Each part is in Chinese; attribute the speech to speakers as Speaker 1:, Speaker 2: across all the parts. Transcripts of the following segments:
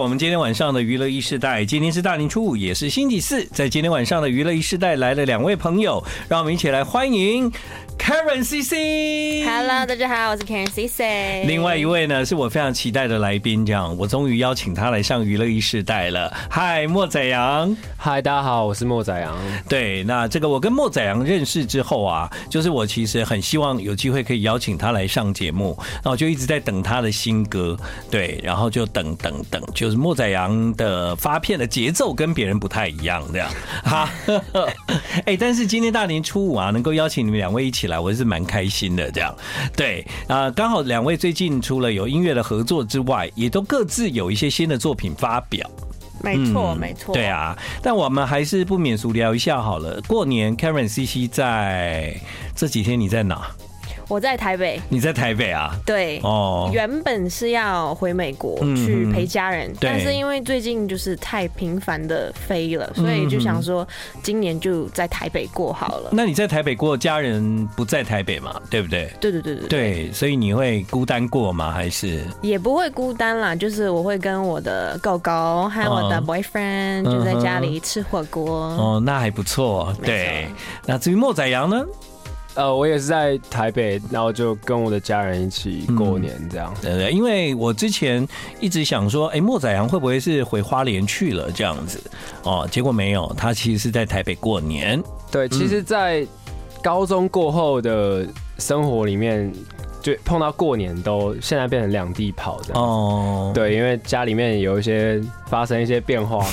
Speaker 1: 我们今天晚上的娱乐一世代，今天是大年初五，也是星期四。在今天晚上的娱乐一世代来了两位朋友，让我们一起来欢迎 Karen C C。
Speaker 2: Hello，大家好，我是 Karen C C。
Speaker 1: 另外一位呢，是我非常期待的来宾，这样我终于邀请他来上娱乐一世代了。嗨，莫仔阳。
Speaker 3: 嗨，大家好，我是莫仔阳。
Speaker 1: 对，那这个我跟莫宰阳认识之后啊，就是我其实很希望有机会可以邀请他来上节目，然后就一直在等他的新歌，对，然后就等等等，就是莫宰阳的发片的节奏跟别人不太一样，这样哈。哎、但是今天大年初五啊，能够邀请你们两位一起来，我是蛮开心的，这样对啊，刚好两位最近除了有音乐的合作之外，也都各自有一些新的作品发表。
Speaker 2: 没错，没错。
Speaker 1: 对，啊，但我们还是不免俗聊一下好了。过年，Karen C C 在这几天你在哪？
Speaker 2: 我在台北。
Speaker 1: 你在台北啊？
Speaker 2: 对，
Speaker 1: 哦，
Speaker 2: 原本是要回美国
Speaker 1: 嗯
Speaker 2: 去陪家人，
Speaker 1: 对
Speaker 2: 但是因为最近就是太频繁的飞了，
Speaker 1: 嗯
Speaker 2: 所以就想说今年就在台北过好了。
Speaker 1: 那你在台北过，家人不在台北嘛？对不对？
Speaker 2: 对对对对，
Speaker 1: 对，所以你会孤单过吗？还是
Speaker 2: 也不会孤单啦，就是我会跟我的狗狗和我的
Speaker 1: 嗯
Speaker 2: boyfriend
Speaker 1: 嗯哼
Speaker 2: 就在家里吃火锅。
Speaker 1: 哦，那还不错。
Speaker 2: 嗯没错
Speaker 1: 对，那至于莫宰阳呢？
Speaker 3: 呃，我也是在台北，然后就跟我的家人一起过年这样。
Speaker 1: 对不对？呃因为我之前一直想说，哎，莫宰阳会不会是回花莲去了这样子？哦，结果没有，他其实是在台北过年。
Speaker 3: 对，其实，在高中过后的生活里面，就碰到过年都现在变成两地跑这样。
Speaker 1: 哦，，
Speaker 3: 对，因为家里面有一些发生一些 变化，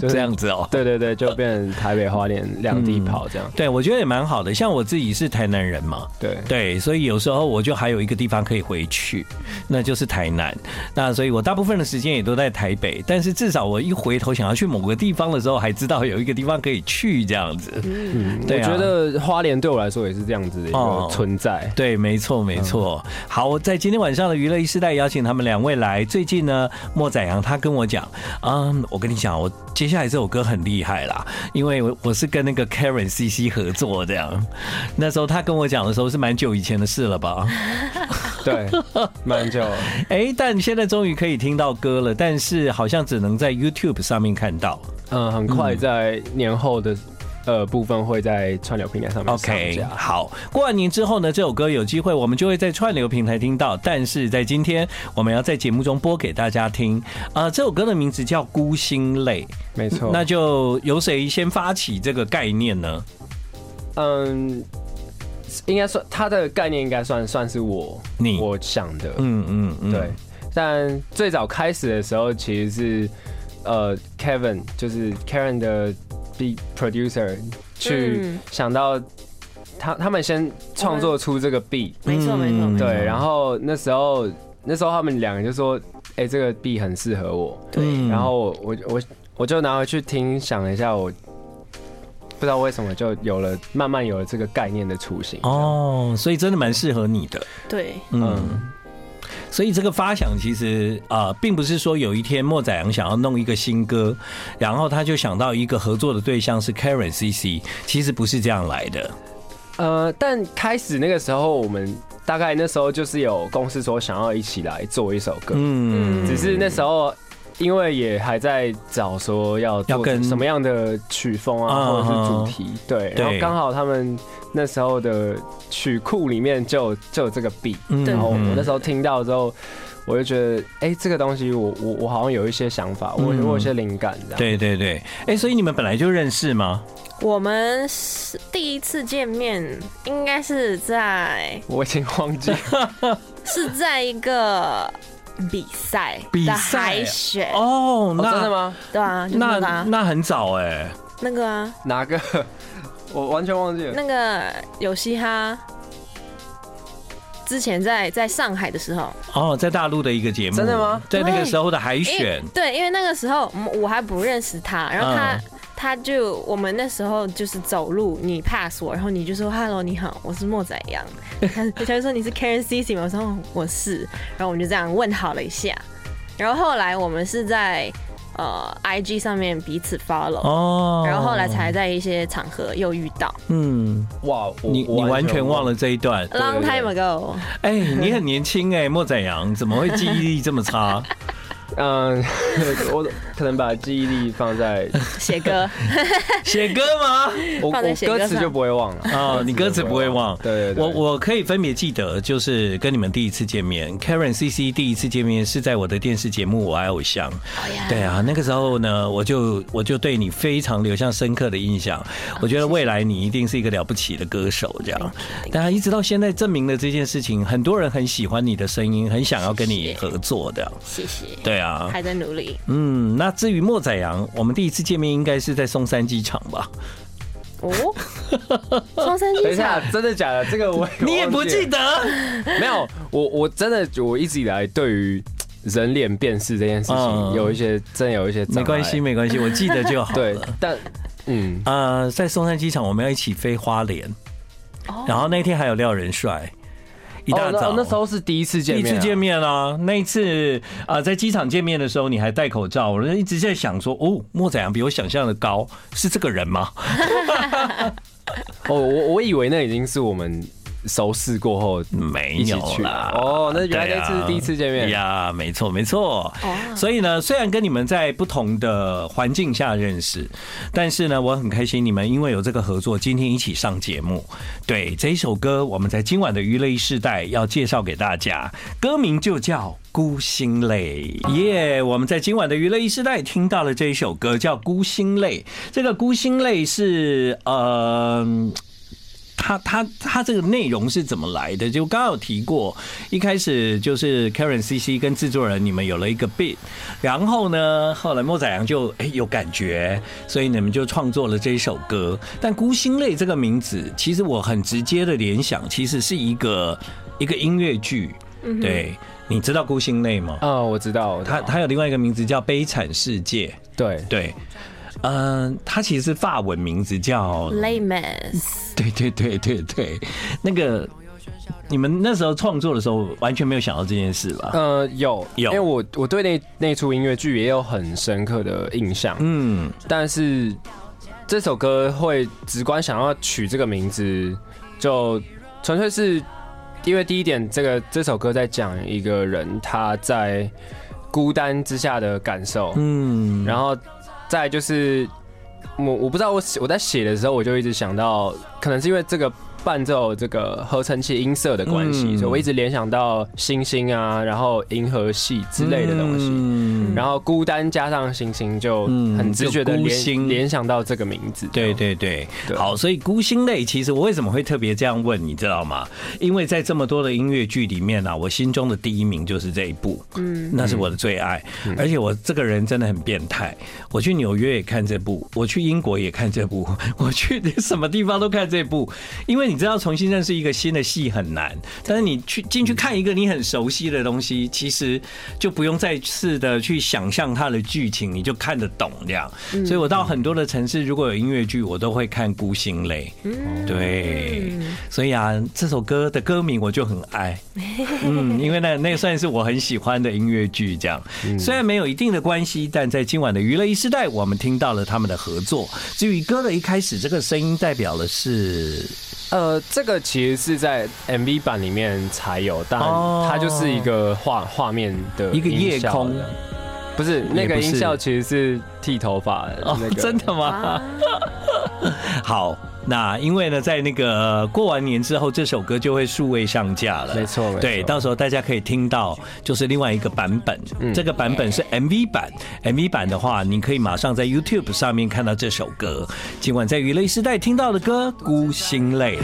Speaker 3: 就是
Speaker 1: 这样。子哦。
Speaker 3: 对对对，就变成台北花莲两地跑这样。
Speaker 1: 对，我觉得也蛮好的。像我自己是台南人嘛，
Speaker 3: 对，
Speaker 1: 对，所以有时候我就还有一个地方可以回去，那就是台南。那所以我大部分的时间也都在台北，但是至少我一回头想要去某个地方的时候，还知道有一个地方可以去这样子。
Speaker 3: 嗯，我
Speaker 1: 对啊
Speaker 3: 觉得花莲对我来说也是这样子的一
Speaker 1: 哦
Speaker 3: 个存在。
Speaker 1: 对，没错，没错。好，在今天晚上的娱乐一时代，邀请他们两位来。最近呢，莫宰阳他跟我讲，嗯，我跟你讲，我接下来这首歌很厉害啦，因为我我是跟那个 Karen C C 合作这样。那时候他跟我讲的时候是蛮久以前的事了吧？
Speaker 3: 对，蛮久了。
Speaker 1: 哎，但现在终于可以听到歌了，但是好像只能在 YouTube 上面看到。
Speaker 3: 嗯，很快在年后的呃部分会在串流平台上面上
Speaker 1: 嗯 OK，
Speaker 3: 架。
Speaker 1: 好，过完年之后呢，这首歌有机会我们就会在串流平台听到，但是在今天我们要在节目中播给大家听。啊、这首歌的名字叫《孤星泪
Speaker 3: 没》，错，
Speaker 1: 那就由谁先发起这个概念呢？
Speaker 3: 嗯，应该算它的概念应该算算是我
Speaker 1: 你
Speaker 3: 我想的，
Speaker 1: 嗯嗯嗯，
Speaker 3: 对。但最早开始的时候其实是呃 Kevin 就是 Karen 的 B producer 去
Speaker 2: 嗯
Speaker 3: 想到他他们先创作出这个 B，
Speaker 2: 没错，没错，
Speaker 1: 嗯
Speaker 2: 没错。
Speaker 3: 对，然后那时候那时候他们两个就说，哎、这个 B 很适合我，
Speaker 1: 嗯
Speaker 3: 然后我我我我就拿回去听，想了一下，我不知道为什么就有了，慢慢有了这个概念的雏形。
Speaker 1: 哦，所以真的蛮适合你的。
Speaker 2: 对，
Speaker 1: 嗯，所以这个发想其实啊、呃并不是说有一天莫宰阳想要弄一个新歌，然后他就想到一个合作的对象是 Karen CC，其实不是这样来的。
Speaker 3: 呃，但开始那个时候，我们大概那时候就是有公司说想要一起来做一首歌，
Speaker 1: 嗯，
Speaker 3: 只是那时候。因为也还在找说要
Speaker 1: 要
Speaker 3: 做
Speaker 1: 跟
Speaker 3: 什么样的曲风啊，
Speaker 1: 嗯
Speaker 3: 或者是主题，对，然后
Speaker 1: 对
Speaker 3: 刚好他们那时候的曲库里面就有就有这个 beat，
Speaker 1: 嗯
Speaker 2: 对
Speaker 3: 然后我那时
Speaker 1: 候
Speaker 3: 候听到之后，我就觉得，哎、这个东西我我我好像有一些想法，我我
Speaker 1: 嗯
Speaker 3: 有一些灵感这样。，
Speaker 1: 对对对，哎、所以你们本来就认识吗？
Speaker 2: 我们是第一次见面应该是在
Speaker 3: 我已经忘记了。
Speaker 2: 是在一个比赛
Speaker 1: 比
Speaker 2: 的
Speaker 1: 赛啊
Speaker 2: 海选，
Speaker 1: 哦，
Speaker 3: 哦
Speaker 1: 那、
Speaker 3: 真的吗？
Speaker 2: 对啊，就是那
Speaker 1: 那
Speaker 2: 个啊
Speaker 1: 那很早哎、
Speaker 2: 那个啊，
Speaker 3: 哪个？ 我完全忘记了。
Speaker 2: 那个有嘻哈。之前在在上海的时候，
Speaker 1: 哦，在大陆的一个节目，
Speaker 3: 真的吗？
Speaker 1: 在那个
Speaker 2: 对
Speaker 1: 时候的海
Speaker 2: 因
Speaker 1: 选
Speaker 2: 为，对，因为那个时候嗯我还不认识他，然后他、
Speaker 1: 嗯
Speaker 2: 他就我们那时候就是走路，你 pass 我，然后你就说 hello 你好，我是莫仔阳，他他就说你是 Karen C C 吗？我说哦我是，然后我们就这样问好了一下，然后后来我们是在呃 I G 上面彼此 follow，、
Speaker 1: 哦，
Speaker 2: 然后后来才在一些场合又遇到
Speaker 1: 嗯，
Speaker 3: 哇，我
Speaker 1: 你你完全忘
Speaker 3: 了。
Speaker 1: 了这一段，
Speaker 2: ，long time ago，
Speaker 1: 哎、你很年轻哎、莫宰阳怎么会记忆力这么差？
Speaker 3: 嗯， 我可能把记忆力放在
Speaker 2: 写歌，
Speaker 1: 写歌吗？
Speaker 3: 我
Speaker 2: 放在
Speaker 3: 我
Speaker 2: 写
Speaker 3: 歌
Speaker 2: 歌
Speaker 3: 词
Speaker 2: 上
Speaker 3: 就不会忘了
Speaker 1: 啊、你歌词不会忘。
Speaker 3: 对对对
Speaker 1: 我我可以分别记得，就是跟你们第一次见面，Karen、CC 第一次见面是在我的电视节目《我爱偶像》。
Speaker 2: 哦
Speaker 1: 对啊，那个时候呢，我就我就对你非常留下深刻的印象。
Speaker 2: 哦
Speaker 1: 我觉得未来你一定是一个了不起的歌手，这样。但一直到现在证明了这件事情，很多人很喜欢你的声音，很想要跟你合作的。
Speaker 2: 谢谢，
Speaker 1: 对啊，
Speaker 2: 还在努力。
Speaker 1: 嗯，那至于莫宰阳，我们第一次见面应该是在松山机场吧？
Speaker 2: 哦，松山
Speaker 3: 等
Speaker 2: 机
Speaker 3: 一下
Speaker 2: 场，，
Speaker 3: 真的假的？这个我也
Speaker 1: 你也不
Speaker 3: 忘 了
Speaker 1: 记得？
Speaker 3: 没有，我我真的我一直以来对于人脸辨识这件事
Speaker 1: 嗯
Speaker 3: 情有一些真的有一些障碍
Speaker 1: 没关系，，没关系，我记得就好了。
Speaker 3: 对，但嗯，
Speaker 1: 呃，在松山机场，我们要一起飞花莲，然后那天还有廖仁帅，一大
Speaker 3: 哦
Speaker 1: 早、
Speaker 3: 那那时候是第一次
Speaker 1: 第
Speaker 3: 见
Speaker 1: 一
Speaker 3: 面啊，
Speaker 1: 次见面啊，那一次啊、呃在机场见面的时候，你还戴口罩，我就一直在想说，哦，莫宰阳比我想象的高，是这个人吗？
Speaker 3: 哦，我我以为那已经是我们熟识过后
Speaker 1: 没
Speaker 3: 一起
Speaker 1: 有
Speaker 3: 去
Speaker 1: 啦。
Speaker 3: 哦，那原来
Speaker 1: 对
Speaker 3: 那
Speaker 1: 啊
Speaker 3: 次是第一次见面，
Speaker 1: 呀，没错没错。
Speaker 2: 哦
Speaker 1: 所以呢，虽然跟你们在不同的环境下认识，但是呢，我很开心你们因为有这个合作，今天一起上节目。对，这一首歌我们在今晚的娱乐一世代要介绍给大家，歌名就叫《孤星泪》。耶、我们在今晚的娱乐一世代听到了这一首歌叫《孤星泪》，这个《孤星泪》是呃。他他他这个内容是怎么来的？就刚刚有提过，一开始就是 Karen CC 跟制作人你们有了一个 bit，然后呢，后来莫宰阳就哎、有感觉，所以你们就创作了这一首歌。但孤星泪这个名字，其实我很直接的联想，其实是一个一个音乐剧。对，你知道孤星泪吗？
Speaker 3: 啊，我知道，
Speaker 1: 它它有另外一个名字叫《悲惨世界》。
Speaker 3: 对
Speaker 1: 对，嗯、它其实是法文名字叫
Speaker 2: Laymas，
Speaker 1: 对对对对对，那个你们那时候创作的时候完全没有想到这件事吧？
Speaker 3: 呃，有
Speaker 1: 有
Speaker 3: 因为我我对那那出音乐剧也有很深刻的印象，
Speaker 1: 嗯，
Speaker 3: 但是这首歌会直观想要取这个名字，就纯粹是因为第一点，这个这首歌在讲一个人他在孤单之下的感受，
Speaker 1: 嗯，
Speaker 3: 然后再来就是我我不知道我写我在写的时候，我就一直想到，可能是因为这个伴奏这个合成器音色的关系，
Speaker 1: 嗯
Speaker 3: 所以我一直联想到星星啊，然后银河系之类的东西。
Speaker 1: 嗯
Speaker 3: 然后孤单加上星星，就
Speaker 1: 嗯
Speaker 3: 很直觉的
Speaker 1: 就孤
Speaker 3: 联
Speaker 1: 星
Speaker 3: 联想到这个名字。
Speaker 1: 对对对，
Speaker 3: 对
Speaker 1: 好，所以孤星泪，其实我为什么会特别这样问，你知道吗？因为在这么多的音乐剧里面啊，我心中的第一名就是这一部，嗯，那是我的最爱，而且我这个人真的很变态，我去纽约也看这部，我去英国也看这部， 我去什么地方都看这部，因为你知道重新认识一个新的戏很难，但是你去进去看一个你很熟悉的东西，其实就不用再次的去想象它的剧情，你就看得懂这样。所以我到很多的城市，如果有音乐剧，我都会看《孤星泪》。对，所以啊，这首歌的歌名我就很爱。嗯，因为那那算是我很喜欢的音乐剧，这样虽然没有一定的关系，但在今晚的娱乐一时代，我们听到了他们的合作。至于歌的一开始，这个声音代表的是
Speaker 3: 呃，这个其实是在 MV 版里面才有，但
Speaker 1: 哦
Speaker 3: 它就是一个画画面的
Speaker 1: 一个夜
Speaker 3: 音效
Speaker 1: 空
Speaker 3: 的，不是那个
Speaker 1: 也不是
Speaker 3: 音效其实是剃头发的
Speaker 1: 哦
Speaker 3: 那个，
Speaker 1: 真的吗？ 好，那因为呢，在那个呃过完年之后，这首歌就会数位上架了，
Speaker 3: 没错没错
Speaker 1: 对，到时候大家可以听到就是另外一个版本，
Speaker 3: 嗯
Speaker 1: 这个版本是 MV 版，MV 版的话，你可以马上在 YouTube 上面看到这首歌。今晚在娱乐时代听到的歌《孤星泪》。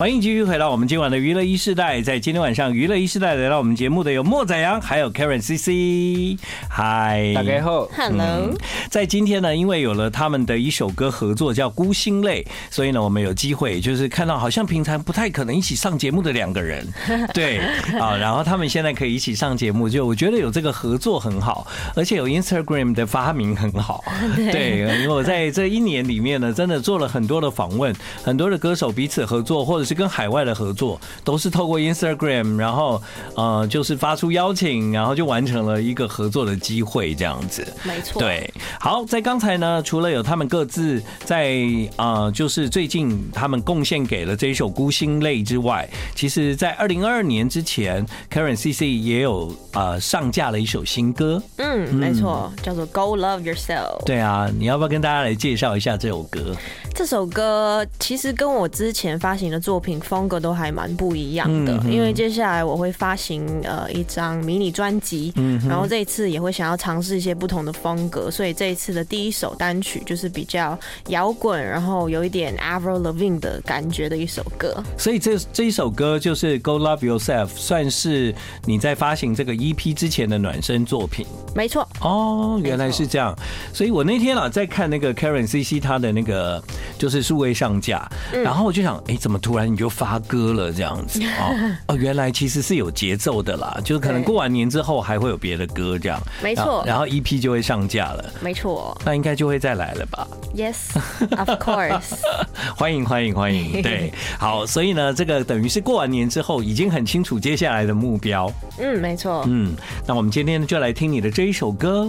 Speaker 1: 欢迎继续回到我们今晚的娱乐一世代，在今天晚上娱乐一世代来到我们节目的有莫宰阳，还有 Karen CC，嗨，
Speaker 3: 打 开后，
Speaker 2: ，Hello，
Speaker 1: 在今天呢，因为有了他们的一首歌合作叫《孤星泪》，所以呢，我们有机会就是看到好像平常不太可能一起上节目的两个人，对啊，然后他们现在可以一起上节目，就我觉得有这个合作很好，而且有 Instagram 的发明很好，对，因为我在这一年里面呢，真的做了很多的访问，很多的歌手彼此合作，或者是跟海外的合作，都是透过 Instagram，然后呃，就是发出邀请，然后就完成了一个合作的机会，这样子。
Speaker 2: 没错，，
Speaker 1: 对，好，在刚才呢，除了有他们各自在啊、呃就是最近他们贡献给了这一首《孤星泪》之外，其实在二零二二年之前，Karen CC 也有呃上架了一首新歌。
Speaker 2: 嗯，没错，叫做《Go Love Yourself》。
Speaker 1: 对啊，你要不要跟大家来介绍一下这首歌？
Speaker 2: 这首歌其实跟我之前发行的作品风格都还蛮不一样的，
Speaker 1: 嗯哼
Speaker 2: 因为接下来我会发行呃一张迷你专辑，
Speaker 1: 嗯
Speaker 2: 然后这一次也会想要尝试一些不同的风格，所以这一次的第一首单曲就是比较摇滚，然后有一点 Avril Lavigne 的感觉的一首歌。
Speaker 1: 所以这这一首歌就是《Go Love Yourself》，算是你在发行这个 EP 之前的暖身作品。
Speaker 2: 没错，
Speaker 1: 哦，
Speaker 2: 错
Speaker 1: 原来是这样，所以我那天啊在看那个 Karen CC 她的那个就是数位上架，
Speaker 2: 嗯
Speaker 1: 然后我就想，哎、怎么突然你就发歌了这样 子？哦，哦，原来其实是有节奏的啦，就是可能
Speaker 2: 对
Speaker 1: 过完年之后还会有别的歌这样，
Speaker 2: 没错
Speaker 1: 然后然后 EP 就会上架了，
Speaker 2: 没错
Speaker 1: 那应该就会再来了吧？
Speaker 2: ，Yes，of course，
Speaker 1: 欢迎欢迎欢迎， 对，好，所以呢，这个等于是过完年之后已经很清楚接下来的目标，
Speaker 2: 嗯，没错，
Speaker 1: 嗯，那我们今天就来听你的这一首歌。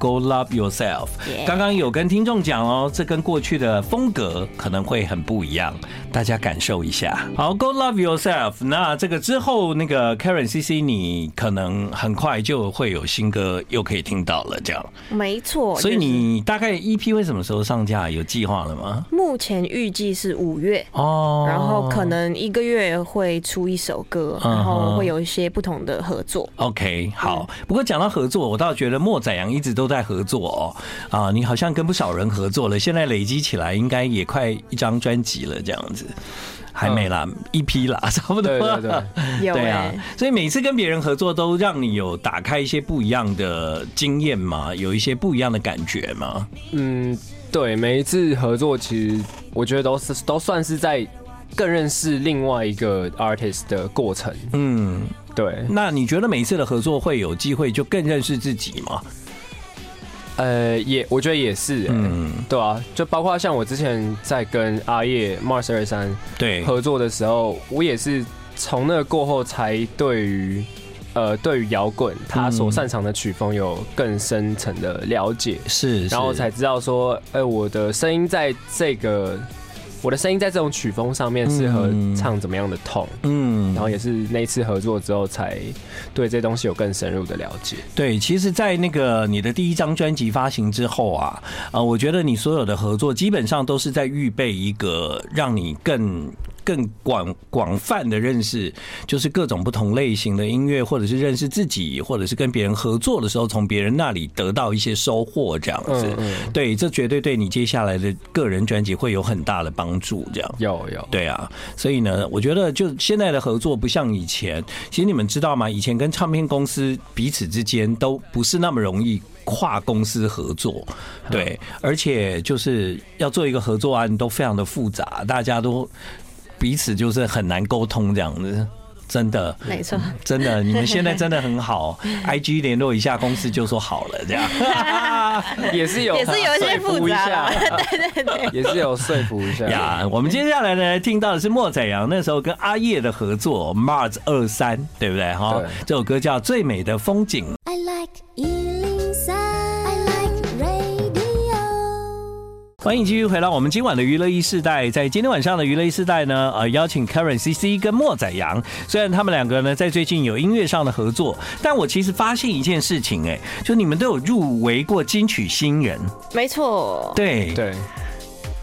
Speaker 1: Go love yourself。
Speaker 2: Yeah
Speaker 1: 刚刚有跟听众讲哦，这跟过去的风格可能会很不一样，大家感受一下。好，Go love yourself。那这个之后，那个 Karen CC，你可能很快就会有新歌又可以听到了，这样。
Speaker 2: 没错。
Speaker 1: 所以
Speaker 2: 就是
Speaker 1: 你大概 EP 会什么时候上架？有计划了吗？
Speaker 2: 目前预计是五月。
Speaker 1: 哦，
Speaker 2: 然后可能一个月会出一首歌，
Speaker 1: 嗯哼
Speaker 2: 然后会有一些不同的合作。
Speaker 3: 嗯
Speaker 1: OK，好。不过讲到合作，我倒觉得莫宰阳一直都在合作哦。啊，你好像跟不少人合作了，现在累积起来应该也快一张专辑了，这样子。还没啦，一批啦， 差不多。
Speaker 3: 嗯对对对，
Speaker 2: 有
Speaker 1: 对
Speaker 2: 哎、
Speaker 1: 啊，所以每次跟别人合作，都让你有打开一些不一样的经验嘛，有一些不一样的感觉嘛。
Speaker 3: 嗯，对，每一次合作，其实我觉得都是都算是在更认识另外一个 artist 的过程。
Speaker 1: 嗯，
Speaker 3: 对，
Speaker 1: 那你觉得每一次的合作会有机会就更认识自己吗？
Speaker 3: 呃，也我觉得也是、嗯，
Speaker 1: 嗯，
Speaker 3: 对啊，就包括像我之前在跟阿叶 Mars 二三
Speaker 1: 对，
Speaker 3: 合作的时候，我也是从那过后才对于。呃，对于摇滚他所
Speaker 1: 嗯
Speaker 3: 擅长的曲风有更深层的了解，
Speaker 1: 是，
Speaker 3: 然后
Speaker 1: 是
Speaker 3: 才知道说，哎、我的声音在这个，我的声音在这种曲风上面适合
Speaker 1: 嗯
Speaker 3: 唱怎么样的痛。
Speaker 1: 嗯
Speaker 3: 然后也是那一次合作之后，才对这东西有更深入的了解。
Speaker 1: 对，其实，在那个你的第一张专辑发行之后啊，呃，我觉得你所有的合作基本上都是在预备一个让你更。更广广泛的认识，就是各种不同类型的音乐，或者是认识自己，或者是跟别人合作的时候，从别人那里得到一些收获，这样子。
Speaker 3: 嗯嗯
Speaker 1: 对，这绝对对你接下来的个人专辑会有很大的帮助。这样。
Speaker 3: 有有，
Speaker 1: 对啊，所以呢，我觉得就现在的合作不像以前。其实你们知道吗？以前跟唱片公司彼此之间都不是那么容易跨公司合作，对，而且就是要做一个合作案都非常的复杂，大家都彼此就是很难沟通这样子。真的，
Speaker 2: 没错，
Speaker 1: 真的，你们现在真的很好。I G 联络一下公司就说好了，这样。
Speaker 3: 也是有，啊
Speaker 2: 也是有一些复杂啦
Speaker 3: 说 服一下，也是有说服一下。
Speaker 1: 呀我们接下来呢，听到的是莫宰阳那时候跟阿叶的合作《Mars 二三》，对不对？哈
Speaker 3: 对，
Speaker 1: 这首歌叫《最美的风景》。
Speaker 4: I like Ealing Sound. I like radio.
Speaker 1: 欢迎继续回到我们今晚的娱乐一世代，在今天晚上的娱乐一世代呢，呃，邀请 Karen CC 跟莫宰阳，虽然他们两个呢在最近有音乐上的合作，但我其实发现一件事情、哎，就你们都有入围过金曲新人，
Speaker 2: 没错，
Speaker 1: 对，
Speaker 3: 对，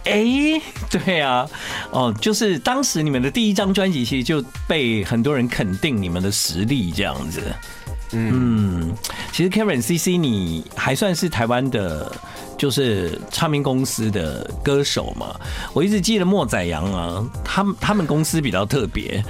Speaker 1: 哎、对啊，哦，就是当时你们的第一张专辑其实就被很多人肯定你们的实力这样子。
Speaker 3: 嗯，
Speaker 1: 嗯，其实 Karen CC 你还算是台湾的，就是唱片公司的歌手嘛。我一直记得莫宰阳啊，他们他们公司比较特别，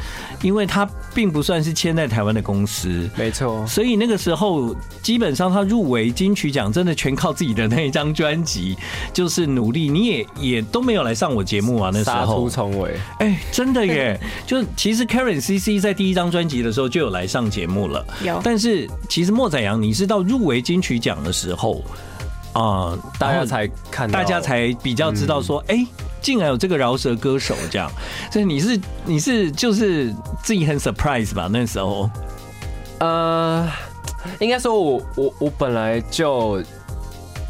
Speaker 1: 因为他并不算是签在台湾的公司。
Speaker 3: 没错，
Speaker 1: 所以那个时候，基本上他入围金曲奖，真的全靠自己的那一张专辑，就是努力。你也也都没有来上我节目啊，那时
Speaker 3: 杀
Speaker 1: 候
Speaker 3: 出。重围。
Speaker 1: 哎、真的 耶！就其实 Karen CC 在第一张专辑的时候就有来上节目了，
Speaker 2: 有
Speaker 1: 但是其实莫宰阳，你是到入围金曲奖的时候啊、
Speaker 3: 大
Speaker 1: 然
Speaker 3: 家
Speaker 1: 后
Speaker 3: 才看到，
Speaker 1: 大家才比较知道说，哎、竟然有这个饶舌歌手这样，所以你是你是就是自己很 surprise 吧？那时候
Speaker 3: 呃，应该说我我我本来就，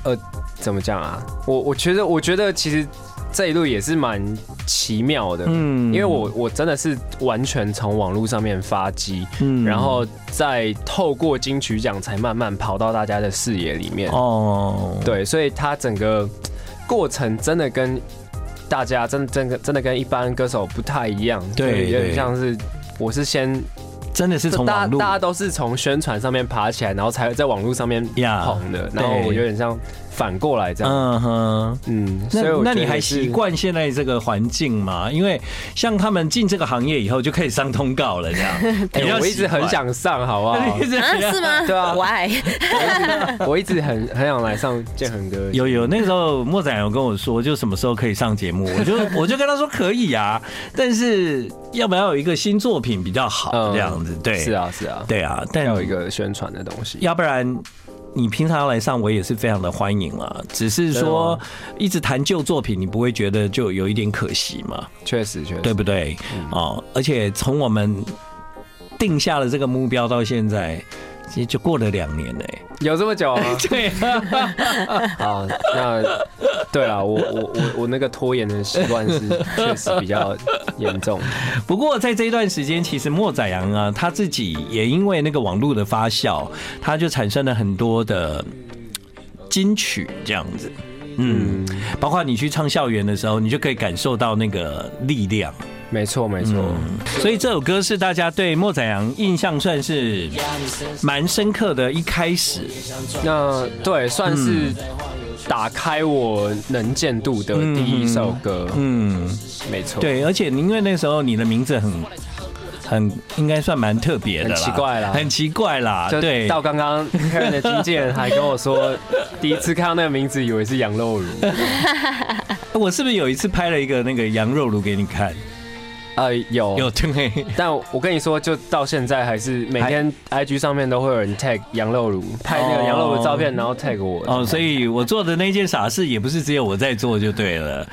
Speaker 3: 呃，怎么讲啊？我我觉得我觉得其实这一路也是蛮奇妙的，
Speaker 1: 嗯
Speaker 3: 嗯，因为我我真的是完全从网络上面发迹，
Speaker 1: 嗯
Speaker 3: 然后再透过金曲奖才慢慢跑到大家的视野里面，
Speaker 1: 哦，
Speaker 3: 对，所以它整个过程真的跟大家真真的真的跟一般歌手不太一样，
Speaker 1: 对
Speaker 3: 就有
Speaker 1: 对
Speaker 3: 点像是我是先
Speaker 1: 真的是
Speaker 3: 就
Speaker 1: 从
Speaker 3: 大
Speaker 1: 网
Speaker 3: 家大家
Speaker 1: 络
Speaker 3: 都是从宣传上面爬起来，然后才在网络上面
Speaker 1: 呀
Speaker 3: 红的，然后
Speaker 1: 对
Speaker 3: 我有点像反过来这样。
Speaker 1: 嗯哼。
Speaker 3: 嗯，所
Speaker 1: 那
Speaker 3: 以我
Speaker 1: 那
Speaker 3: 觉
Speaker 1: 你
Speaker 3: 得
Speaker 1: 还
Speaker 3: 也是
Speaker 1: 习？惯现在这个环境吗？因为像他们进这个行业以后就可以上通告了，这样。
Speaker 3: 哎
Speaker 1: 比较
Speaker 3: 我一
Speaker 1: 习
Speaker 3: 直
Speaker 1: 惯？
Speaker 3: 很，想上，好不好
Speaker 1: 一直
Speaker 2: 啊，是吗？
Speaker 3: 对啊
Speaker 2: Why？
Speaker 3: 我一直很很想来上建恒哥。
Speaker 1: 有有，那个时候莫仔有跟我说，就什么时候可以上节目，我就 我就跟他说可以啊，但是要不要有一个新作品比较好
Speaker 3: 嗯
Speaker 1: 这样子？对，
Speaker 3: 是，啊是啊，
Speaker 1: 对啊，但
Speaker 3: 要有一个宣传的东西。
Speaker 1: 要不然。你平常要来上，我也是非常的欢迎了。只是说一直谈旧作品，你不会觉得就有一点可惜吗？
Speaker 3: 确实确实，
Speaker 1: 对不对？哦，而且从我们定下了这个目标到现在，其实就过了两年了、欸。
Speaker 3: 有这么 久吗？
Speaker 1: 对、
Speaker 3: 啊，那对啊，我我我我那个拖延的习惯是确实比较严重。
Speaker 1: 不过在这一段时间，其实莫宰阳啊，他自己也因为那个网络的发酵，他就产生了很多的嗯金曲这样子。嗯，
Speaker 3: 嗯，
Speaker 1: 包括你去唱校园的时候，你就可以感受到那个力量。
Speaker 3: 没错没错。
Speaker 1: 所以这首歌是大家对莫宰阳印象算是蛮深刻的。一开始，
Speaker 3: 那对，算是
Speaker 1: 嗯
Speaker 3: 打开我能见度的第一首歌，
Speaker 1: 嗯，
Speaker 3: 没错，，
Speaker 1: 对，而且因为那时候你的名字很很应该算蛮特别的啦，
Speaker 3: 很奇怪啦
Speaker 1: 很奇怪啦，
Speaker 3: 就
Speaker 1: 对，
Speaker 3: 到刚刚 Karen 的经纪人还跟我说，第一次看到那个名字以为是羊肉乳，
Speaker 1: 我是不是有一次拍了一个那个羊肉炉给你看？
Speaker 3: 呃，有
Speaker 1: 有对，
Speaker 3: 但我跟你说，就到现在还是每天 IG 上面都会有人 tag 羊肉乳，拍那个羊肉乳照片，然后 tag 我。
Speaker 1: 哦，所以我做的那件傻事也不是只有我在做就对了。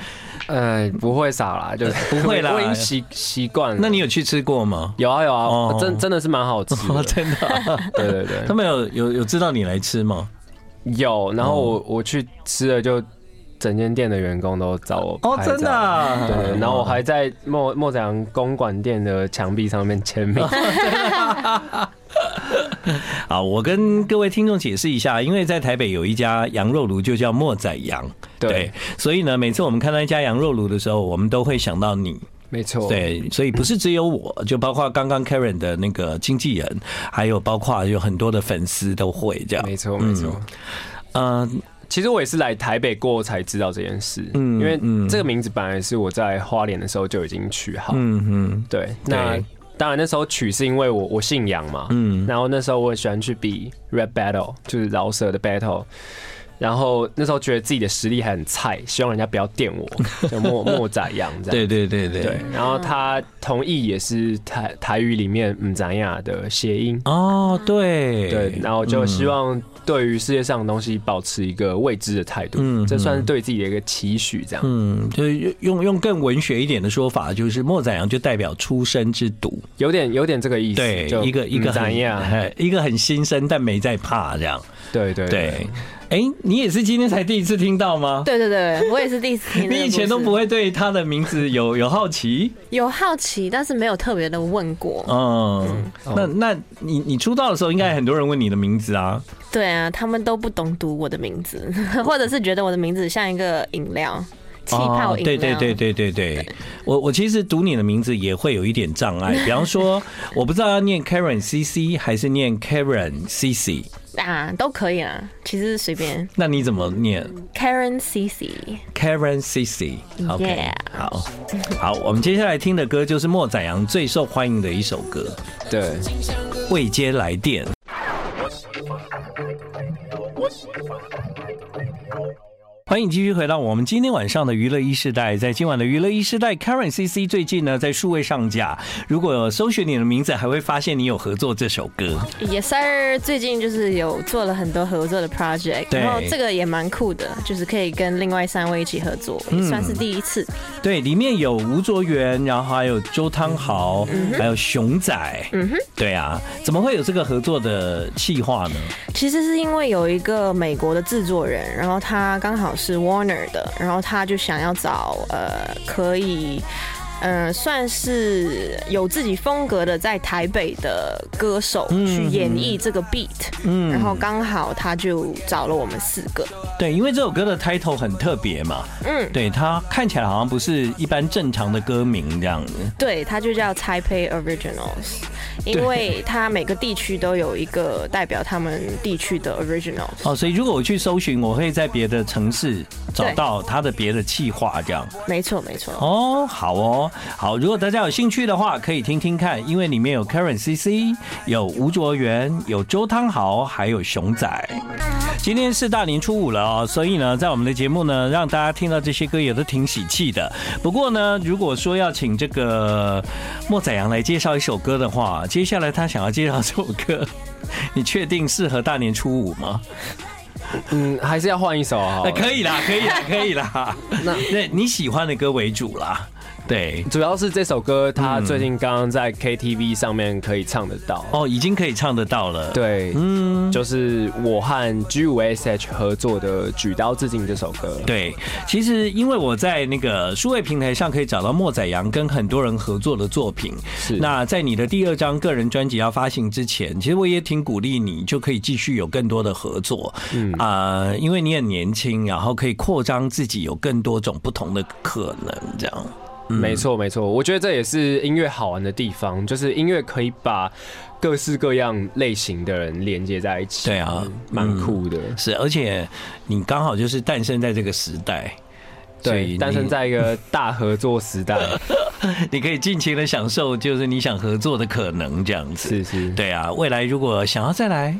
Speaker 3: 呃，不会傻 啦，就是
Speaker 1: 不会啦
Speaker 3: 我已经习习惯了。
Speaker 1: 那你有去吃过 吗？
Speaker 3: 有啊有
Speaker 1: 哦
Speaker 3: 啊，真真的是蛮好吃
Speaker 1: 哦，
Speaker 3: 的。
Speaker 1: 真的啊、
Speaker 3: 对对对
Speaker 1: 他，们有有有知道你来吃吗？
Speaker 3: 有，然后
Speaker 1: 哦
Speaker 3: 我我去吃了，就整间店的员工都找我
Speaker 1: 哦，
Speaker 3: 拍照
Speaker 1: 真的、啊，
Speaker 3: 对，然后我还在莫莫仔阳公馆店的墙壁上面签
Speaker 1: 哦
Speaker 3: 名。
Speaker 1: 啊，我跟各位听众解释一下，因为在台北有一家羊肉炉，就叫莫仔羊，
Speaker 3: 对
Speaker 1: 所以呢，每次我们看到一家羊肉炉的时候，我们都会想到你，
Speaker 3: 没错，，
Speaker 1: 对，所以不是只有我，就包括刚刚 Karen 的那个经纪人，还有包括有很多的粉丝都会这样，
Speaker 3: 没错没错。
Speaker 1: 嗯，
Speaker 3: 其实我也是来台北过后才知道这件事，
Speaker 1: 嗯
Speaker 3: 因为
Speaker 1: 嗯
Speaker 3: 这个名字本来是我在花莲的时候就已经取好。
Speaker 1: 嗯嗯
Speaker 3: 对，那
Speaker 1: 对
Speaker 3: 当然那时候取是因为我我姓杨嘛，
Speaker 1: 嗯
Speaker 3: 然后那时候我喜欢去比 rap battle，就是饶舌的 battle。然后那时候觉得自己的实力还很菜，希望人家不要电 我，就莫莫仔样这样。
Speaker 1: 对对对对
Speaker 3: 对，然后他同意也是台台语里面嗯怎样的谐音。
Speaker 1: 哦，对嗯
Speaker 3: 对，然后就希望对于世界上的东西保持一个未知的态度，
Speaker 1: 嗯
Speaker 3: 这算是对自己的一个期许，这样。
Speaker 1: 嗯，就是用用更文学一点的说法，就是莫宰阳就代表出生之毒，
Speaker 3: 有点有点这个意思，
Speaker 1: 对，
Speaker 3: 就
Speaker 1: 一个一个
Speaker 3: 嗯
Speaker 1: 很
Speaker 3: 怎样，
Speaker 1: 嘿一个很新生但没在怕这样，
Speaker 3: 对对
Speaker 1: 对，哎、你也是今天才第一次听到吗？
Speaker 2: 对对对，我也是第一次听。
Speaker 1: 你以前都不
Speaker 2: 会
Speaker 1: 会对他的名字有有好奇？
Speaker 2: 有好奇，但是没有特别的问过。
Speaker 1: 嗯，
Speaker 2: 哦
Speaker 1: 那那你你出道的时候，应该很多人问你的名字啊。
Speaker 2: 对啊，他们都不懂读我的名字， 或者是觉得我的名字像一个饮料，气泡饮料。
Speaker 1: 哦对对对对对对，我我其实读你的名字也会有一点障 碍，比方说，我不知道要念 Karen C C 还是念 Karen C C，
Speaker 2: 啊，都可以啊，其实随便。
Speaker 1: 那你怎么念
Speaker 2: Karen CC，
Speaker 1: Karen C C？OK，、
Speaker 2: Yeah
Speaker 1: 好好，我们接下来听的歌就是莫宰阳最受欢迎的一首歌
Speaker 3: 对，
Speaker 1: 《未接来电》。欢迎继续回到我们今天晚上的娱乐一世代，在今晚的娱乐一世代，Karen CC 最近呢在数位上架，如果搜寻你的名字，还会发现你有合作这首歌。
Speaker 2: Yes sir，最近就是有做了很多合作的 project，
Speaker 1: 对
Speaker 2: 然后这个也蛮酷的，就是可以跟另外三位一起合作，也算是第一次。
Speaker 1: 对，里面有吴卓源，然后还有周汤豪，还有熊仔。嗯哼，对啊，怎么会有这个合作的计划呢？
Speaker 2: 其实是因为有一个美国的制作人，然后他刚好是 Warner 的，然后他就想要找呃可以。嗯、算是有自己风格的在台北的歌手去演绎这个 beat，嗯，然后刚好他就找了我们四个，
Speaker 1: 对，因为这首歌的 title 很特别嘛，
Speaker 2: 嗯，
Speaker 1: 对，它看起来好像不是一般正常的歌名这样子。
Speaker 2: 对，它就叫 Taipei Originals，因为它每个地区都有一个代表他们地区的 Originals，
Speaker 1: 哦，所以如果我去搜寻，我会在别的城市找到它的别的企划这样。
Speaker 2: 没错没错，
Speaker 1: 哦，好哦，好。如果大家有兴趣的话，可以听听看，因为里面有 Karen CC，有吴卓源，有周汤豪，还有熊仔。今天是大年初五了哦，所以呢，在我们的节目呢，让大家听到这些歌也都挺喜气的。不过呢，如果说要请这个莫宰阳来介绍一首歌的话，接下来他想要介绍这首歌， 你确定适合大年初五吗？
Speaker 3: 嗯，还是要换一首好了
Speaker 1: 呃，可以啦，可以啦，哦可以啦。那那你喜欢的歌为主啦，对。
Speaker 3: 主要是这首歌，它最近刚刚在 KTV 上面可以唱得到。
Speaker 1: 哦，已经可以唱得到了。，
Speaker 3: 对，
Speaker 1: 嗯，
Speaker 3: 就是我和 G 五 SH 合作的《举刀致敬》这首歌。
Speaker 1: 对。其实因为我在那个数位平台上可以找到莫宰阳跟很多人合作的作品。
Speaker 3: 是
Speaker 1: 那在你的第二张个人专辑要发行之前，其实我也挺鼓励你，就可以继续有更多的合作。嗯啊、因为你很年轻，然后可以扩张自己，有更多种不同的可能，这样。
Speaker 3: 没错没错，我觉得这也是音乐好玩的地方，就是音乐可以把各式各样类型的人连接在一起。
Speaker 1: 对啊
Speaker 3: 嗯蛮酷的。
Speaker 1: 是，而且你刚好就是诞生在这个时代，所以
Speaker 3: 对，
Speaker 1: 你
Speaker 3: 诞生在一个大合作时代，
Speaker 1: 你可以尽情的享受，就是你想合作的可能这样子。
Speaker 3: 是 是，
Speaker 1: 对啊，未来如果想要再来，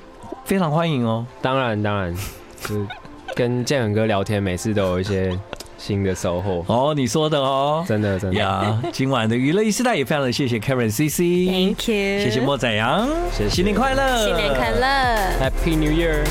Speaker 1: 非常欢迎哦。
Speaker 3: 当然当然，就是跟建恒哥聊天，每次都有一些新的收获，
Speaker 1: 哦，你说的哦。
Speaker 3: 真的真的。
Speaker 1: 呀，今晚的娱乐一时代也非常的谢谢 Karen CC，
Speaker 2: Thank you，
Speaker 1: 谢谢莫仔阳，
Speaker 3: 谢谢
Speaker 1: 新年快乐，
Speaker 2: 新年快。乐。
Speaker 3: Happy New Year！